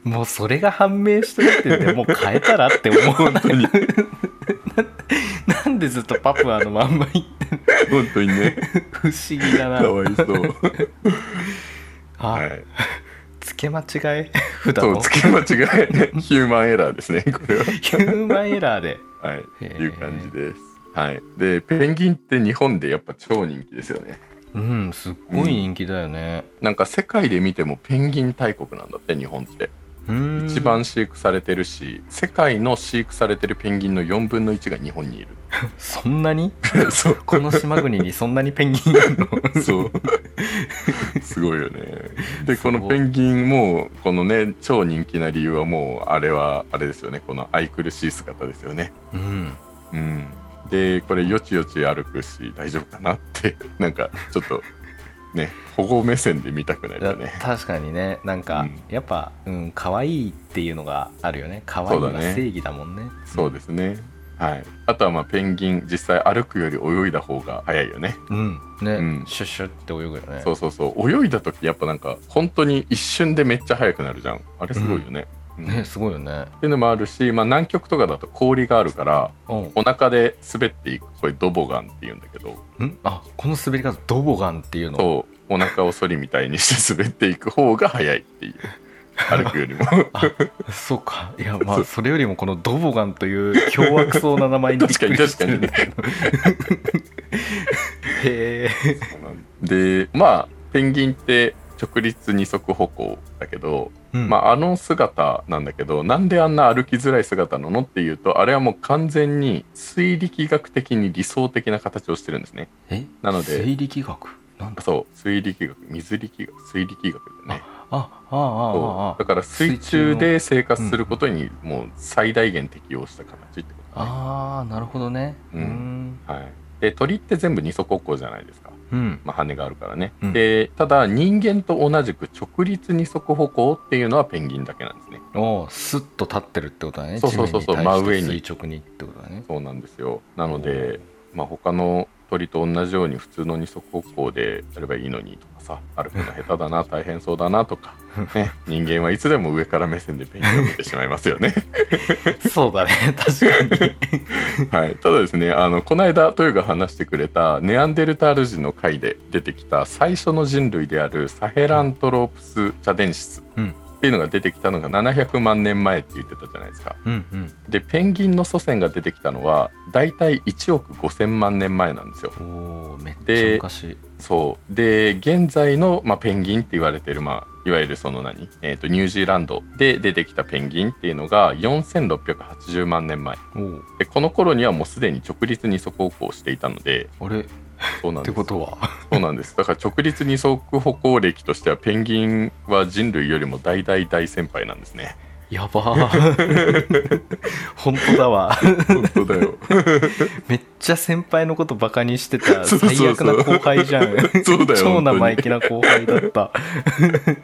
Speaker 2: もうそれが判明した時点でもう変えたらって思 う
Speaker 1: 本当に
Speaker 2: なんでずっとパプアのまんま言ってんの
Speaker 1: 本当にね
Speaker 2: 不思議だな
Speaker 1: かわいそう。
Speaker 2: あ、
Speaker 1: はい
Speaker 2: 付け間違え 普段
Speaker 1: そう
Speaker 2: の
Speaker 1: つけ間違 えヒューマンエラーですねこれは。
Speaker 2: ヒューマンエラーで
Speaker 1: はい、
Speaker 2: へー
Speaker 1: いう感じです。はい、でペンギンって日本でやっぱ超人気ですよね。
Speaker 2: うんすっごい人気だよね、
Speaker 1: なんか世界で見てもペンギン大国なんだって日本って
Speaker 2: うん、
Speaker 1: 一番飼育されてるし、世界の飼育されてるペンギンの4分の1が日本にい る
Speaker 2: そんなに
Speaker 1: そう
Speaker 2: この島国にそんなにペンギンいるの
Speaker 1: そうすごいよねでこのペンギンもこのね超人気な理由はもうあれはあれですよねこの愛くるしい姿ですよね
Speaker 2: うん
Speaker 1: うん、でこれよちよち歩くし大丈夫かなって なんかちょっとね保護目線で見たくなるよね。
Speaker 2: 確かにねなんか、
Speaker 1: うん
Speaker 2: やっぱうん可愛いっていうのがあるよね可愛い
Speaker 1: そう
Speaker 2: が
Speaker 1: だね
Speaker 2: 正義だもんね
Speaker 1: そうですね、はい、あとはまあペンギン実際歩くより泳いだ方が早いよね
Speaker 2: うんね、
Speaker 1: うん
Speaker 2: シュッシュって泳ぐよね
Speaker 1: そうそうそう泳いだ時やっぱなんか本当に一瞬でめっちゃ速くなるじゃんあれすごいよね。うん
Speaker 2: ね
Speaker 1: っ
Speaker 2: すごいよね
Speaker 1: ていうのもあるし、まあ、南極とかだと氷があるから
Speaker 2: うん
Speaker 1: お腹で滑っていくこれドボガンっていうんだけど
Speaker 2: んあこの滑り方ドボガンっていうの
Speaker 1: そうお腹を反りみたいにして滑っていく方が速いっていう歩くよりも。
Speaker 2: そうかいやまあそれよりもこのドボガンという凶悪そうな名前にびっくりしてるんだけどへえ
Speaker 1: でまあペンギンって直立二足歩行だけど、ま
Speaker 2: あ
Speaker 1: あ、あの姿なんだけどなんであんな歩きづらい姿なのっていうとあれはもう完全に推力学的に理想的な形をしてるんですね。
Speaker 2: え
Speaker 1: なので
Speaker 2: 水力学なんだ
Speaker 1: そう水力学水力学水力学だね。
Speaker 2: あああ
Speaker 1: そう
Speaker 2: あ
Speaker 1: だから水中で生活することにもう最大限適応した形ってこと、ね
Speaker 2: ああなるほどねう
Speaker 1: うんはい、で鳥って全部二足歩行じゃないですか。
Speaker 2: うん
Speaker 1: まあ、羽があるからね、
Speaker 2: うん
Speaker 1: でただ人間と同じく直立二足歩行っていうのはペンギンだけなんですね
Speaker 2: おうスッと立ってるってことだね
Speaker 1: そうそうそうそう
Speaker 2: 地面に対して
Speaker 1: 真上に
Speaker 2: 垂直にってことだね
Speaker 1: そうなんですよなので、まあ、他の鳥と同じように普通の二足歩行でやればいいのにとかさ歩くの下手だな大変そうだなとか、 ね、人間はいつでも上から目線でペンギンを見てしまいますよね、
Speaker 2: そう だね確かに
Speaker 1: はい、ただですねあのこの間トヨが話してくれたネアンデルタール人の回で出てきた最初の人類であるサヘラントロプス・チャデンシス
Speaker 2: うん
Speaker 1: っていうのが出てきたのが700万年前って言ってたじゃないですか
Speaker 2: うんうん
Speaker 1: でペンギンの祖先が出てきたのはだいたい1億5000万年前なんですよ
Speaker 2: おーめっちゃ
Speaker 1: で
Speaker 2: 昔
Speaker 1: そうで現在の、まあ、ペンギンって言われてる、まあ、いわゆるその何、えー、とニュージーランドで出てきたペンギンっていうのが4680万年前
Speaker 2: おう
Speaker 1: でこの頃にはもうすでに直立二足歩行していたので
Speaker 2: あれっ
Speaker 1: そうなん
Speaker 2: て
Speaker 1: です
Speaker 2: ことは
Speaker 1: そうなんですだから直立二足歩行歴としてはペンギンは人類よりも大大大先輩なんですね
Speaker 2: やばー本当だわ
Speaker 1: 本当だよ
Speaker 2: めっちゃ先輩のことバカにしてた
Speaker 1: そうそうそう
Speaker 2: 最悪な後輩じゃん
Speaker 1: そうだよ
Speaker 2: 超生意気
Speaker 1: な
Speaker 2: な後輩だった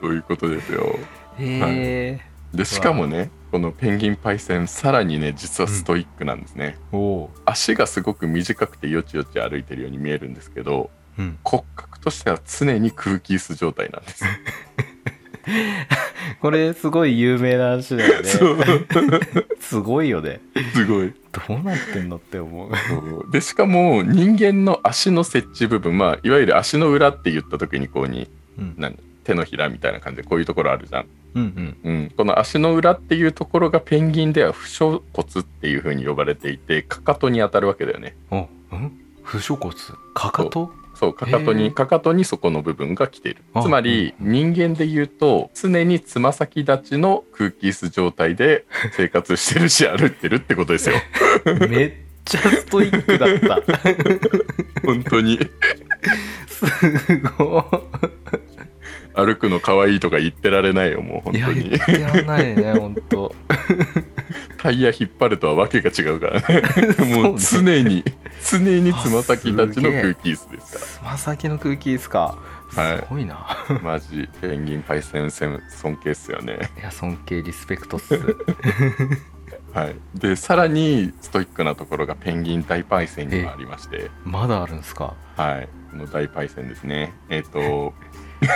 Speaker 1: ということですよ
Speaker 2: へえ
Speaker 1: でしかもねこのペンギンパイセンさらにね実はストイックなんですね、
Speaker 2: おお
Speaker 1: 足がすごく短くてよちよち歩いてるように見えるんですけど
Speaker 2: う、うん、
Speaker 1: 骨格としては常に空気椅子状態なんです、
Speaker 2: これすごい有名な話だよ ね
Speaker 1: そう
Speaker 2: すごいよね
Speaker 1: すごい
Speaker 2: どうなってんのって思う
Speaker 1: そうでしかも人間の足の設置部分、まあ、いわゆる足の裏って言った時にこうに
Speaker 2: うん
Speaker 1: なん手のひらみたいな感じでこういうところあるじゃん、
Speaker 2: うん
Speaker 1: うん、この足の裏っていうところがペンギンでは不織骨っていう風に呼ばれていてかかとに当たるわけだよね
Speaker 2: うんおうん不織骨かかと
Speaker 1: そうかかと
Speaker 2: へ
Speaker 1: に
Speaker 2: ー
Speaker 1: かかとにそこの部分が来ている
Speaker 2: あ
Speaker 1: つまり人間で言うと常につま先立ちの空気椅子状態で生活してるし歩いてるってこと ですよ
Speaker 2: めっちゃストイックだった
Speaker 1: 本当に
Speaker 2: すご
Speaker 1: 歩くの可愛いとか言ってられないよもう
Speaker 2: いい
Speaker 1: 本当
Speaker 2: や言
Speaker 1: に
Speaker 2: ってらんないね本当
Speaker 1: タイヤ引っ張るとはわけが違うからねもう
Speaker 2: そう
Speaker 1: 常に常につま先立ちの
Speaker 2: あすげえ
Speaker 1: 空気椅子ですから
Speaker 2: つま先の空気ですか
Speaker 1: はい
Speaker 2: すごいな、
Speaker 1: マジペンギンパイセンセン尊敬っすよね。
Speaker 2: い、や尊敬リスペクトっす
Speaker 1: はい、でさらにストイックなところがペンギン大パイセンにもありまして、
Speaker 2: まだあるんですか
Speaker 1: はい、この大パイセンですね。えっ、と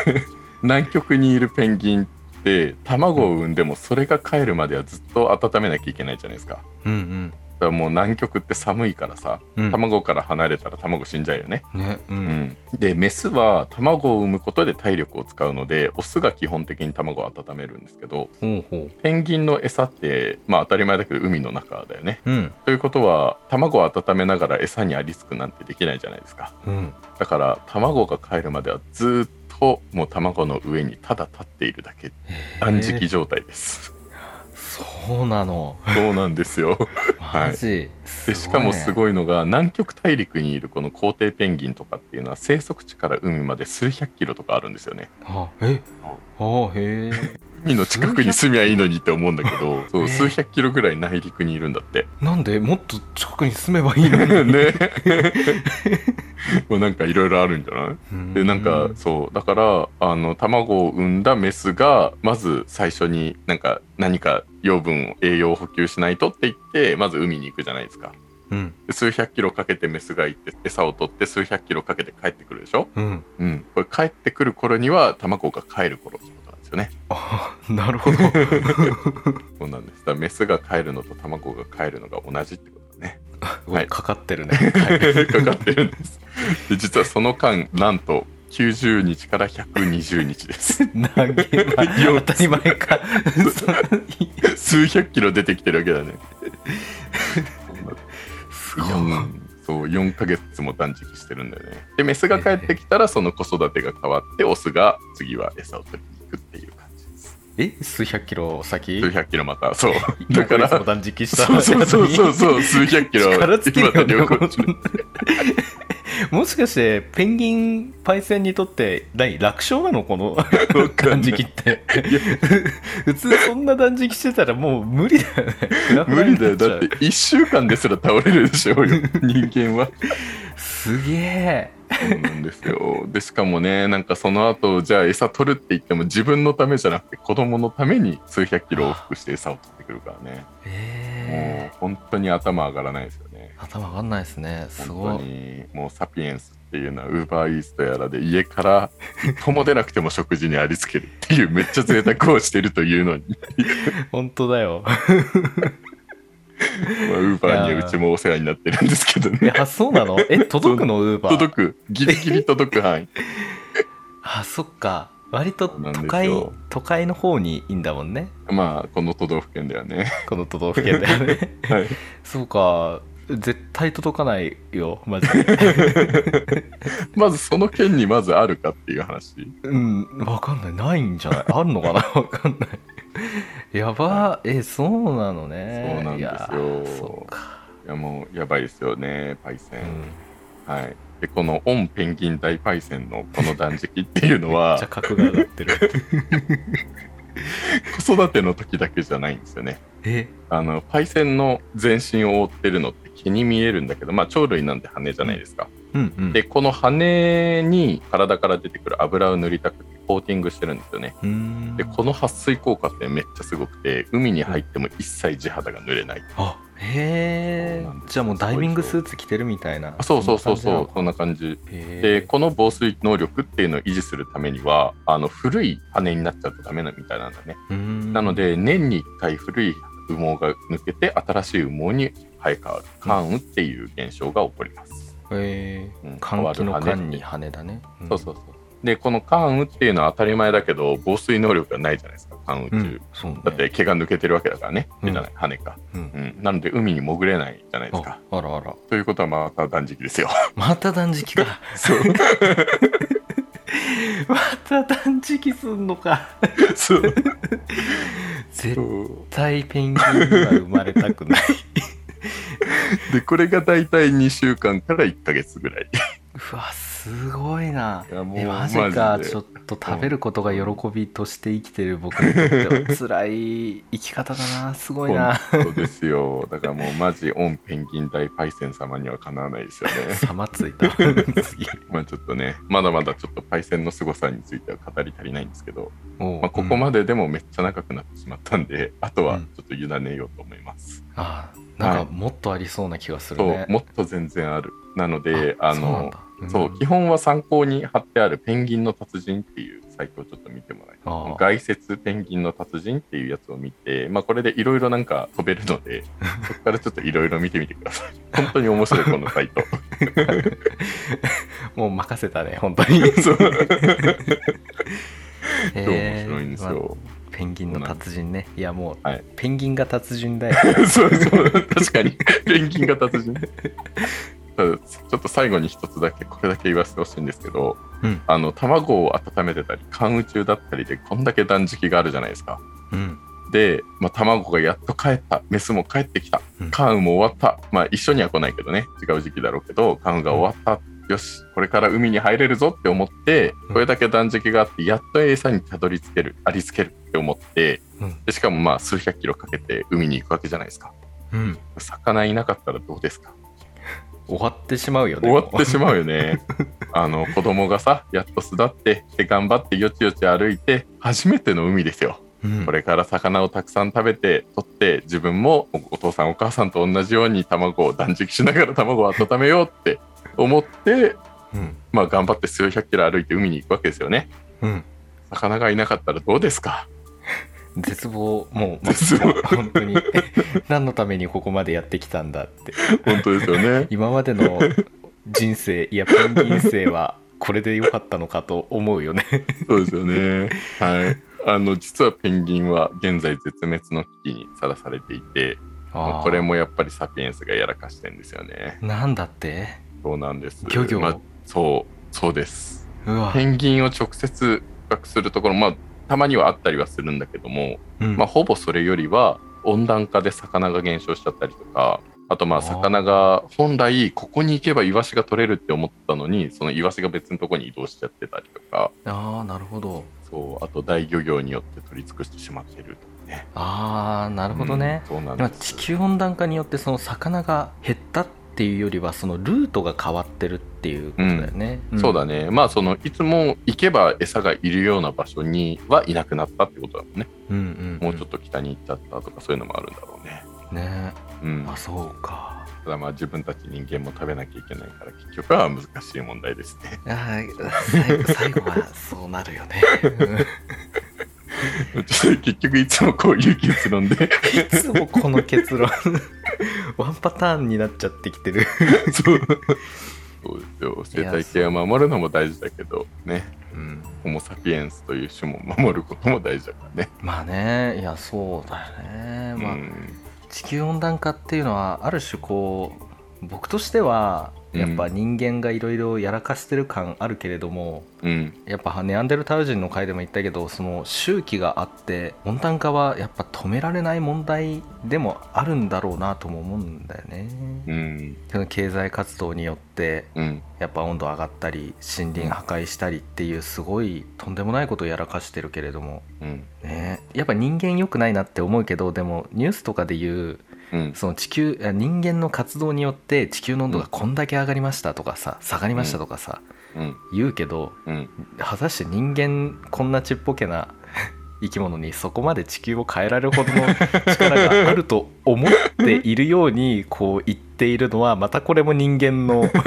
Speaker 1: 南極にいるペンギンって卵を産んでもそれが帰るまではずっと温めなきゃいけないじゃないですか。
Speaker 2: うん
Speaker 1: だからもう南極って寒いからさ
Speaker 2: うんうん
Speaker 1: 卵から離れたら卵死んじゃうよね。
Speaker 2: ねうん、
Speaker 1: うん、でメスは卵を産むことで体力を使うのでオスが基本的に卵を温めるんですけど
Speaker 2: ほうほ
Speaker 1: ペンギンの餌ってまあ当たり前だけど海の中だよね。
Speaker 2: ううん
Speaker 1: ということは卵を温めながら餌にありつくなんてできないじゃないですか
Speaker 2: うん
Speaker 1: だから卵が帰るまではずーっともう卵の上にただ立っているだけ断食状態です、
Speaker 2: そうなの
Speaker 1: そうなんです よい
Speaker 2: マジ、す
Speaker 1: でしかもす
Speaker 2: い
Speaker 1: ごいのが南極大陸にいるこの皇帝ペンギンとかっていうのは生息地から海まで数百キロとかあるんですよね
Speaker 2: ねあえあへえ
Speaker 1: 海の近くに住みゃいいのにって思うんだけどそう
Speaker 2: ね
Speaker 1: 数百キロぐらい内陸にいるんだ って
Speaker 2: なんでもっと近くに住めばいいのに
Speaker 1: ね もうなんかいろいろあるんじゃないうでなんかそうだからあの卵を産んだメスがまず最初になんか何か養分を栄養を補給しないとって言ってまず海に行くじゃないですか
Speaker 2: うん
Speaker 1: で数百キロかけてメスが行って餌を取って数百キロかけて帰ってくるでしょ
Speaker 2: うん
Speaker 1: うんこれ帰ってくる頃には卵が帰る頃ってことなんですよね
Speaker 2: あなるほど
Speaker 1: そうなんですだからメスが帰るのと卵が帰るのが同じってことだね はい
Speaker 2: かかってるね
Speaker 1: かかってるんですで実はその間なんと90日から120日です
Speaker 2: 投げま
Speaker 1: 四
Speaker 2: 当
Speaker 1: つ
Speaker 2: たり前 か
Speaker 1: 数百キロ出てきてるわけだね。
Speaker 2: すごい
Speaker 1: 四そう4ヶ月も断食してるんだよね。でメスが帰ってきたらその子育てが変わってオスが次は餌を取りに行くっていう感じです。
Speaker 2: え数百キロ先
Speaker 1: 数百キロまたそう だ
Speaker 2: だ
Speaker 1: か
Speaker 2: からら断食した
Speaker 1: そうそうそうそうそう数百キロ
Speaker 2: 力尽きるよね
Speaker 1: また旅行中
Speaker 2: もしかしてペンギンパイセンにとって何楽勝なのこの断食って
Speaker 1: いや
Speaker 2: 普通そんな断食してたらもう無理だよねフラフ
Speaker 1: 無
Speaker 2: ラ
Speaker 1: 理
Speaker 2: に
Speaker 1: だ
Speaker 2: な
Speaker 1: よ
Speaker 2: っちゃう
Speaker 1: だって1週間ですら倒れるでしょう よ人間は。
Speaker 2: すげえ
Speaker 1: そうなんですよ。でしかもねなんかその後じゃあ餌取るって言っても自分のためじゃなくて子供のために数百キロ往復して餌を取ってくるからね。も
Speaker 2: え
Speaker 1: う本当に頭上がらないですよね。
Speaker 2: ー、頭上がんないですねすご
Speaker 1: 本当
Speaker 2: い
Speaker 1: にもうサピエンスっていうのはウーバーイーストやらで家から一歩も出なくても食事にありつけるっていうめっちゃ贅沢をしてるというのに
Speaker 2: 本当だ
Speaker 1: ウ
Speaker 2: よ
Speaker 1: ーバーにはうちもお世話になってるんですけど
Speaker 2: い
Speaker 1: ね
Speaker 2: やそうなの え届くのウーバー
Speaker 1: 届くギリギリ届く範囲
Speaker 2: あそっか割と
Speaker 1: そうなんで
Speaker 2: 都
Speaker 1: す
Speaker 2: 会
Speaker 1: よ
Speaker 2: 都会の方にいいんだもんね
Speaker 1: まあこの都道府県ではね
Speaker 2: この都道府県だよね
Speaker 1: はい
Speaker 2: そうか絶対届かないよマジで
Speaker 1: まずその県にまずあるかっていう話
Speaker 2: うんわかんないないんじゃないあるのかなわかんないやばえそうなのね
Speaker 1: そうなんですよ
Speaker 2: いやそうか、
Speaker 1: いやもうやばいですよねパイセ
Speaker 2: う
Speaker 1: ン、
Speaker 2: ん、
Speaker 1: はいでこのオンペンギン大パイセンのこの断食っていうの
Speaker 2: め
Speaker 1: は
Speaker 2: っちゃ角が上がってる
Speaker 1: 子育ての時だけじゃないんですよね。
Speaker 2: え
Speaker 1: あのパイセンの全身を覆ってるのって毛に見えるんだけどまあ鳥類なんて羽じゃないですか、
Speaker 2: うんうん
Speaker 1: でこの羽に体から出てくる油を塗りたくてコーティングしてるんですよね
Speaker 2: うーん
Speaker 1: でこの撥水効果ってめっちゃすごくて海に入っても一切地肌が濡れない
Speaker 2: あへえ
Speaker 1: そうなんです
Speaker 2: じゃあもうダイビングスーツ着てるみたいな
Speaker 1: あそうそうそうそうそ
Speaker 2: ん
Speaker 1: ん
Speaker 2: な
Speaker 1: な感じ
Speaker 2: 感じなの
Speaker 1: で
Speaker 2: へ
Speaker 1: この防水能力っていうのを維持するためにはあの古い羽になっちゃうとダメなみたいなんだね
Speaker 2: えな
Speaker 1: なので年に1回古い羽毛が抜けて新しい羽毛に生え変わる関羽っていう現象が起こります、
Speaker 2: え
Speaker 1: うん
Speaker 2: 換気
Speaker 1: 変
Speaker 2: の
Speaker 1: わる羽
Speaker 2: 間に羽だねん
Speaker 1: そうそうそうでこの関羽っていうのは当たり前だけど防水能力がないじゃないですか関羽中、
Speaker 2: うんそうね
Speaker 1: だって毛が抜けてるわけだからね、
Speaker 2: うん
Speaker 1: じゃない羽か、
Speaker 2: うん
Speaker 1: うん、なので海に潜れないじゃないですか
Speaker 2: ああらあら
Speaker 1: ということはまた断食 ですよ
Speaker 2: また断食か
Speaker 1: そう
Speaker 2: また断食すんのか
Speaker 1: そう
Speaker 2: 絶対ペンギンには生まれた くない
Speaker 1: でこれが大体2週間から1ヶ月ぐらいう
Speaker 2: わすごいない
Speaker 1: やもう
Speaker 2: えマジか
Speaker 1: マジで
Speaker 2: ちょっと食べることが喜びとして生きてる僕にとっては辛い生き方だなすごいな
Speaker 1: 本当ですよだからもうマジオンペンギン大パイセン様にはかなわないですよ ね
Speaker 2: 様つ いた次
Speaker 1: まあちょっとねまだまだちょっとパイセンの凄さについては語り足りないんですけど、
Speaker 2: もう
Speaker 1: まあ、ここ
Speaker 2: うん
Speaker 1: まででもめっちゃ長くなってしまったんで、あとはちょっと委ねようと思います、
Speaker 2: ああなん
Speaker 1: は
Speaker 2: かもっとありそうな気がする
Speaker 1: そう
Speaker 2: ね
Speaker 1: もっと全然あるなのであ
Speaker 2: そうなん
Speaker 1: の
Speaker 2: だ
Speaker 1: そう,、
Speaker 2: ん
Speaker 1: 基本は参考に貼ってある「ペンギンの達人」っていうサイトをちょっと見てもらいたい
Speaker 2: ああ
Speaker 1: 外説ペンギンの達人っていうやつを見て、まあ、これでいろいろなんか飛べるの でそこからちょっといろいろ見てみてください本当に面白いこのサイ ト
Speaker 2: もう任せたね本当にへ
Speaker 1: そう超面
Speaker 2: え
Speaker 1: 白いんですよ、
Speaker 2: まあペンギンの達人ねいやもう、
Speaker 1: はい
Speaker 2: ペンギンが達人だよ
Speaker 1: そうそう確かにペンギンが達人ただちょっと最後に一つだけこれだけ言わせてほしいんですけど、
Speaker 2: うん
Speaker 1: あの卵を温めてたり寒雨中だったりでこんだけ断食があるじゃないですか
Speaker 2: うん
Speaker 1: で、まあ、卵がやっと帰ったメスも帰ってきた
Speaker 2: うん
Speaker 1: 関羽も終わったまあ一緒には来ないけどね違う時期だろうけど関羽が終わった、よしこれから海に入れるぞって思って
Speaker 2: うん
Speaker 1: これだけ断食があってやっと餌にたどり着けるありつけるって思って
Speaker 2: うん
Speaker 1: でしかもまあ数百キロかけて海に行くわけじゃないですか
Speaker 2: うん
Speaker 1: 魚いなかったらどうですか
Speaker 2: 終わってしまうよね
Speaker 1: 終わってし
Speaker 2: う
Speaker 1: まうよ ねあの子供がさやっと巣立ってで頑張ってよちよち歩いて初めての海ですよ
Speaker 2: うん
Speaker 1: これから魚をたくさん食べて取って自分もお父さんお母さんと同じように卵を断食しながら卵を温めようって思って、
Speaker 2: うん
Speaker 1: まあ、頑張って数百キロ歩いて海に行くわけですよね
Speaker 2: うん
Speaker 1: 魚がいなかったらどうですか
Speaker 2: 絶望もう
Speaker 1: 絶望
Speaker 2: 本当に 何のためにここまでやってきたんだって
Speaker 1: 本当ですよね
Speaker 2: 今まで の人生いやペンギン生はこれで良かったのかと思うよね
Speaker 1: そうですよねはいあの実はペンギンは現在絶滅の危機にさらされていて まあこれもやっぱりサピエンスがやらかしてんですよね
Speaker 2: なんだって
Speaker 1: そうなんです
Speaker 2: 漁業、
Speaker 1: まあそうそうです
Speaker 2: うわ
Speaker 1: ペンギンを直接捕獲するところまあたまにはあったりはするんだけども、
Speaker 2: うん
Speaker 1: まあ、ほぼそれよりは温暖化で魚が減少しちゃったりとかあとまあ
Speaker 2: あー
Speaker 1: 魚が本来ここに行けばイワシが取れるって思ったのにそのイワシが別のとこに移動しちゃってたりとか
Speaker 2: ああなるほど
Speaker 1: そうあと大漁業によって取り尽くしてしまってるとかね。
Speaker 2: ああなるほどね
Speaker 1: うん、、そうなん
Speaker 2: 今
Speaker 1: です
Speaker 2: 地球温暖化によってその魚が減ったっていうよりはそのルートが変わってるっていうことだよね、ん
Speaker 1: そうだね、まあそのいつも行けば餌がいるような場所にはいなくなったってことだもんね、
Speaker 2: うんうん、
Speaker 1: もうちょっと北に行っちゃったとかそういうのもあるんだろうね、
Speaker 2: とね
Speaker 1: うん、
Speaker 2: あそうか
Speaker 1: ただまあ自分たち人間も食べなきゃいけないから結局は難しい問題ですね。
Speaker 2: あー最後最後はそうなるよね
Speaker 1: ちょっと結局いつもこういう結論 で
Speaker 2: いつもこの結論ワンパターンになっちゃってきてる
Speaker 1: そうそうですよ生態系を守るのも大事だけどね
Speaker 2: うん
Speaker 1: ホモ・サピエンスという種も守ることも大事だからね。
Speaker 2: まあねいやそうだよね、まあ
Speaker 1: うん
Speaker 2: 地球温暖化っていうのはある種こう僕としてはやっぱ人間がいろいろやらかしてる感あるけれども、
Speaker 1: うん
Speaker 2: やっぱネアンデルタール人の回でも言ったけどその周期があって温暖化はやっぱ止められない問題でもあるんだろうなとも思うんだよね。
Speaker 1: うん
Speaker 2: その経済活動によって
Speaker 1: うん
Speaker 2: やっぱ温度上がったり森林破壊したりっていうすごいとんでもないことをやらかしてるけれども、
Speaker 1: うん
Speaker 2: ね、やっぱ人間良くないなって思うけどでもニュースとかで言う
Speaker 1: うん
Speaker 2: その地球あ人間の活動によって地球の温度がこんだけ上がりましたとかさ下がりましたとかさ、
Speaker 1: うん
Speaker 2: 言うけど
Speaker 1: うん
Speaker 2: 果たして人間こんなちっぽけな 生き物にそこまで地球を変えられるほどの力があると思っているようにこう言っているのはまたこれも人間の なんか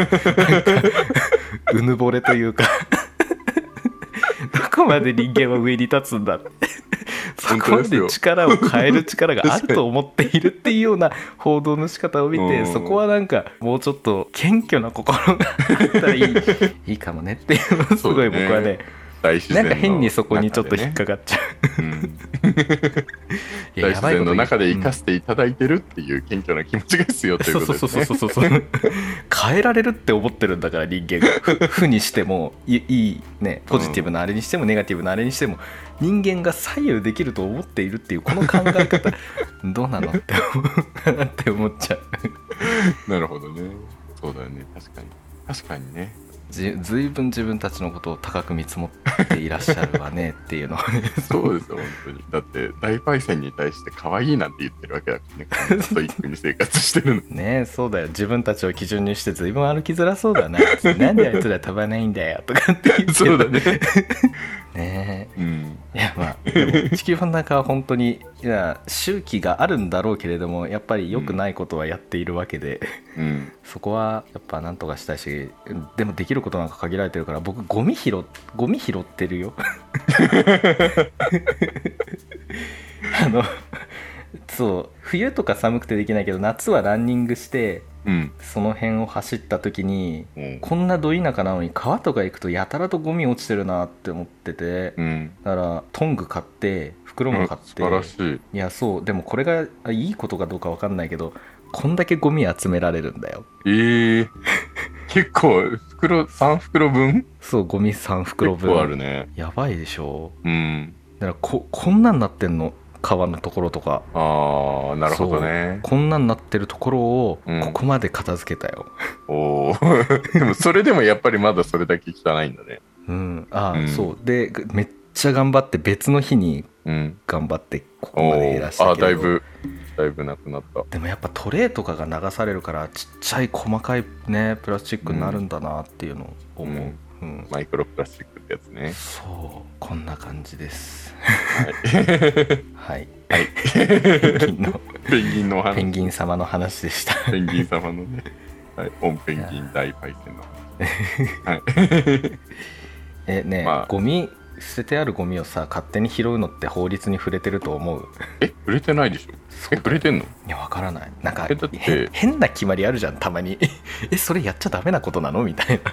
Speaker 2: うぬぼれというか どこまで人間は上に立つんだってそ
Speaker 1: 本
Speaker 2: こ
Speaker 1: 当
Speaker 2: ま
Speaker 1: です
Speaker 2: で
Speaker 1: よ
Speaker 2: 力を変える力があると思っているっていうような報道の仕方を見
Speaker 1: う
Speaker 2: て
Speaker 1: ん
Speaker 2: そこはなんかもうちょっと謙虚な心があったらいいいいかもねっていうのをすごい僕はね
Speaker 1: 大自然
Speaker 2: なん
Speaker 1: の
Speaker 2: か変にそこにちょっ
Speaker 1: 中
Speaker 2: と
Speaker 1: で
Speaker 2: 引っ
Speaker 1: ね
Speaker 2: かかっちゃ
Speaker 1: うん
Speaker 2: う。
Speaker 1: 大自然の中で生か
Speaker 2: す。
Speaker 1: せていただいてるっていう謙虚な気持ちが必要という
Speaker 2: そう
Speaker 1: こ
Speaker 2: そ
Speaker 1: と
Speaker 2: う
Speaker 1: です
Speaker 2: そ
Speaker 1: ね。
Speaker 2: うそうそうそう。変えられるって思ってるんだから人間 が。ふ負にしてもいいいいねポジティブなあれにしてもネガティブなあれにしても人間が左右できると思っているっていうこの考え方 どうなのって思う なって思っちゃう。
Speaker 1: なるほどね。そうだよね。確かに。確かにね。
Speaker 2: ずずいぶん自分たちのことを高く見積もっていらっしゃるわねっていうのをね
Speaker 1: そうですよ、本当に。だって、大パイセンに対して可愛いなんて言ってるわけだからね。ストイックに生活して るの。
Speaker 2: ねえそうだよ自分たちを基準にしてずいぶん歩きづらそうだな なんであいつら飛ばないんだよとかって言っ て
Speaker 1: そうだね。
Speaker 2: ね
Speaker 1: うん。
Speaker 2: えいやまあでも地球温暖化は本当にいや周期があるんだろうけれどもやっぱり良くないことはやっているわけで、
Speaker 1: うん。
Speaker 2: そこはやっぱなんとかしたいしでもできることなんか限られてるから僕ゴミ拾ゴミ拾っ てるよあのそう冬とか寒くてできないけど夏はランニングして
Speaker 1: うん。
Speaker 2: その辺を走った時に
Speaker 1: うん
Speaker 2: こんなど田舎なのに川とか行くとやたらとゴミ落ちてるなって思ってて
Speaker 1: うん。
Speaker 2: だからトング買って袋も買っ
Speaker 1: 素
Speaker 2: て
Speaker 1: 晴らしい。
Speaker 2: いやそうでもこれがあいいことかどうか分かんないけどこんだけゴミ集められるんだよ
Speaker 1: えー、結構、袋、3袋分
Speaker 2: そうゴミ3袋
Speaker 1: 結構ある
Speaker 2: 分
Speaker 1: ね。
Speaker 2: やばいでしょ
Speaker 1: うん。
Speaker 2: だからここんなんなってんの川のところとか
Speaker 1: ああ、なるほどね。
Speaker 2: こんなんなってるところを
Speaker 1: うん
Speaker 2: ここまで片付けたよ
Speaker 1: おお。 でも、それでもやっぱりまだそれだけ汚いんだね。
Speaker 2: うん、ああ、
Speaker 1: うん
Speaker 2: そうでぐめっちゃ頑張って別の日に
Speaker 1: うん。
Speaker 2: 頑張ってここ
Speaker 1: お
Speaker 2: まで
Speaker 1: お
Speaker 2: 減らし
Speaker 1: あ
Speaker 2: た
Speaker 1: ー
Speaker 2: けど
Speaker 1: だいぶ、だいぶなくなった。
Speaker 2: でもやっぱトレーとかが流されるからちっちゃい細かいねプラスチックになるんだなっていうのを思う、うん
Speaker 1: マイクロプラスチックってやつね。
Speaker 2: そうこんな感じです
Speaker 1: はい。
Speaker 2: はい、 ペンギンの
Speaker 1: ペンギンのお話
Speaker 2: ペ。ンギン様の話で した
Speaker 1: ペンギン様のね、はい、オンペンギン大パイセンの話。はい。
Speaker 2: えねえ、
Speaker 1: まあ
Speaker 2: ゴミ捨ててあるゴミをさ勝手に拾うのって法律に触れてると思う
Speaker 1: え、売れてないでしょえ、売れてんの
Speaker 2: いやわからないなんか
Speaker 1: えだって
Speaker 2: へん変な決まりあるじゃんたまに えそれやっちゃダメなことなのみたいな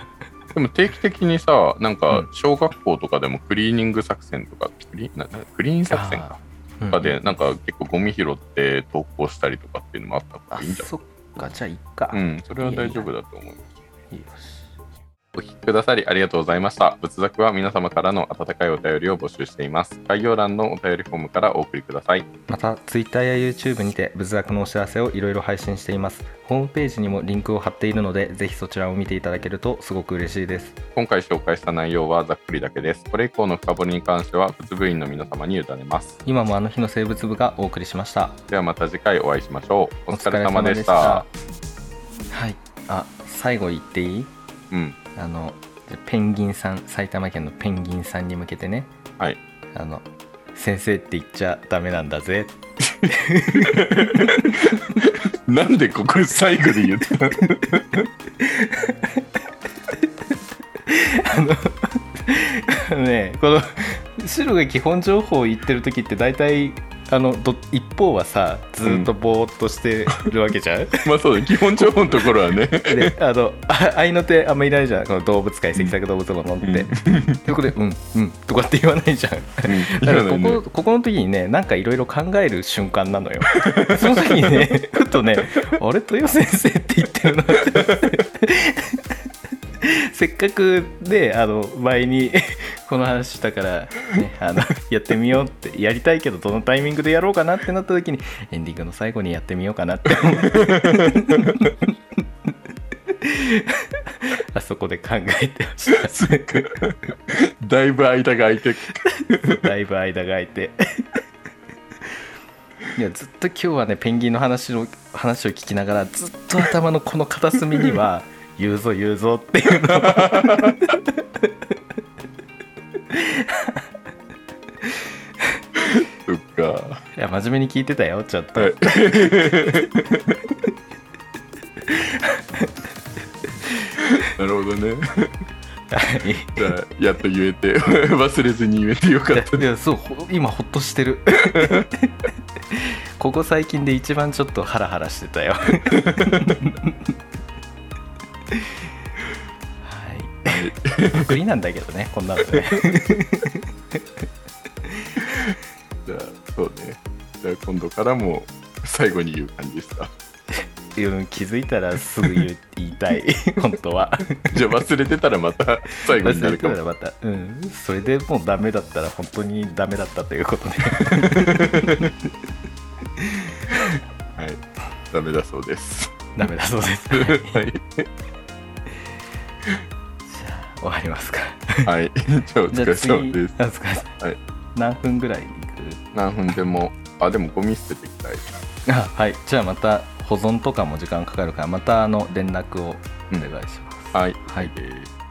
Speaker 1: でも定期的にさ、なんか
Speaker 2: う
Speaker 1: 小学校とかでもクリーニング作戦とか、クリななクリーン作戦か
Speaker 2: うん
Speaker 1: とかで、なんか結構ゴミ拾って投稿したりとかっていうのもあったから
Speaker 2: あ
Speaker 1: いいんじゃ
Speaker 2: そっかじゃあいっか、
Speaker 1: ないうん、それは大丈夫だと思う。
Speaker 2: いいよし
Speaker 1: お聞きくださりありがとうございました。仏作は皆様からの温かいお便りを募集しています。概要欄のお便りフォームからお送りください。
Speaker 2: また Twitter や YouTube にて仏学のお知らせをいろいろ配信していますホームページにもリンクを貼っているのでぜひそちらを見ていただけるとすごく嬉しいです
Speaker 1: 今回紹介した内容はざっくりだけです。これ以降の深掘りに関しては仏部員の皆様に委ねます。
Speaker 2: 今もあの日の生物部がお送りしました
Speaker 1: ではまた次回お会いしましょう。お疲れ様でした。
Speaker 2: お疲れ様でしたはいあ最後言っていい
Speaker 1: うん。
Speaker 2: あのペンギンさん埼玉県のペンギンさんに向けてね
Speaker 1: はい。
Speaker 2: あの先生って言っちゃダメなんだぜ
Speaker 1: なんでここ最後で言ったの
Speaker 2: ねえこの白が基本情報を言ってる時って大体あのど一方はさずーっとぼーっとしてるわけじゃん、
Speaker 1: まあそうだ、基本情報のところはね。
Speaker 2: であのあ合いの手あんまいないじゃんこの動物界赤作動物のって、でここで「うんうん」とかって言わないじゃん
Speaker 1: うん。
Speaker 2: だ
Speaker 1: い
Speaker 2: からら
Speaker 1: ない
Speaker 2: こ
Speaker 1: ね
Speaker 2: こここの時にねなんかいろいろ考える瞬間なのよその時にねふとね「あれ豊先生って言ってるな」って せっかくであの前にこの話したから、ね、あのやってみようってやりたいけどどのタイミングでやろうかなってなった時にエンディングの最後にやってみようかなって 思うあそこで考えてました
Speaker 1: だいぶ間が空いて
Speaker 2: だいぶ間が空いていやずっと今日はねペンギンの話の話を聞きながらずっと頭のこの片隅に は「言うぞ言うぞ」っていうのを
Speaker 1: そっか
Speaker 2: いや真面目に聞いてたよちょっと、
Speaker 1: はいなるほどね
Speaker 2: はい
Speaker 1: じゃあやっと言えて忘れずに言えてよかった
Speaker 2: いやそうほ今ほっとして るここ最近で一番ちょっとハラハラしてたよはい 送りなんだけどねこんなのね
Speaker 1: じゃあそうねじゃあ今度からも最後に言う感じですか
Speaker 2: うん気づいたらすぐ言う言いたい本当は
Speaker 1: じゃあ忘れてたらまた最後にな
Speaker 2: 忘
Speaker 1: る
Speaker 2: れて
Speaker 1: か
Speaker 2: た
Speaker 1: も
Speaker 2: らまたうんそれでもうダメだったら本当にダメだったとい うことで
Speaker 1: はいダメだそう です
Speaker 2: ダメだそう ですじ
Speaker 1: はい、
Speaker 2: ゃあ終わりますか
Speaker 1: はい、じゃあお疲
Speaker 2: じゃあ
Speaker 1: れ
Speaker 2: 次
Speaker 1: 様です
Speaker 2: あお疲れ様
Speaker 1: はい
Speaker 2: 何分ぐらいいく
Speaker 1: 何分でもあでもゴミ捨てていきたい
Speaker 2: あはいじゃあまた保存とかも時間かかるからまたあの連絡をお願いします、
Speaker 1: はい
Speaker 2: はい
Speaker 1: です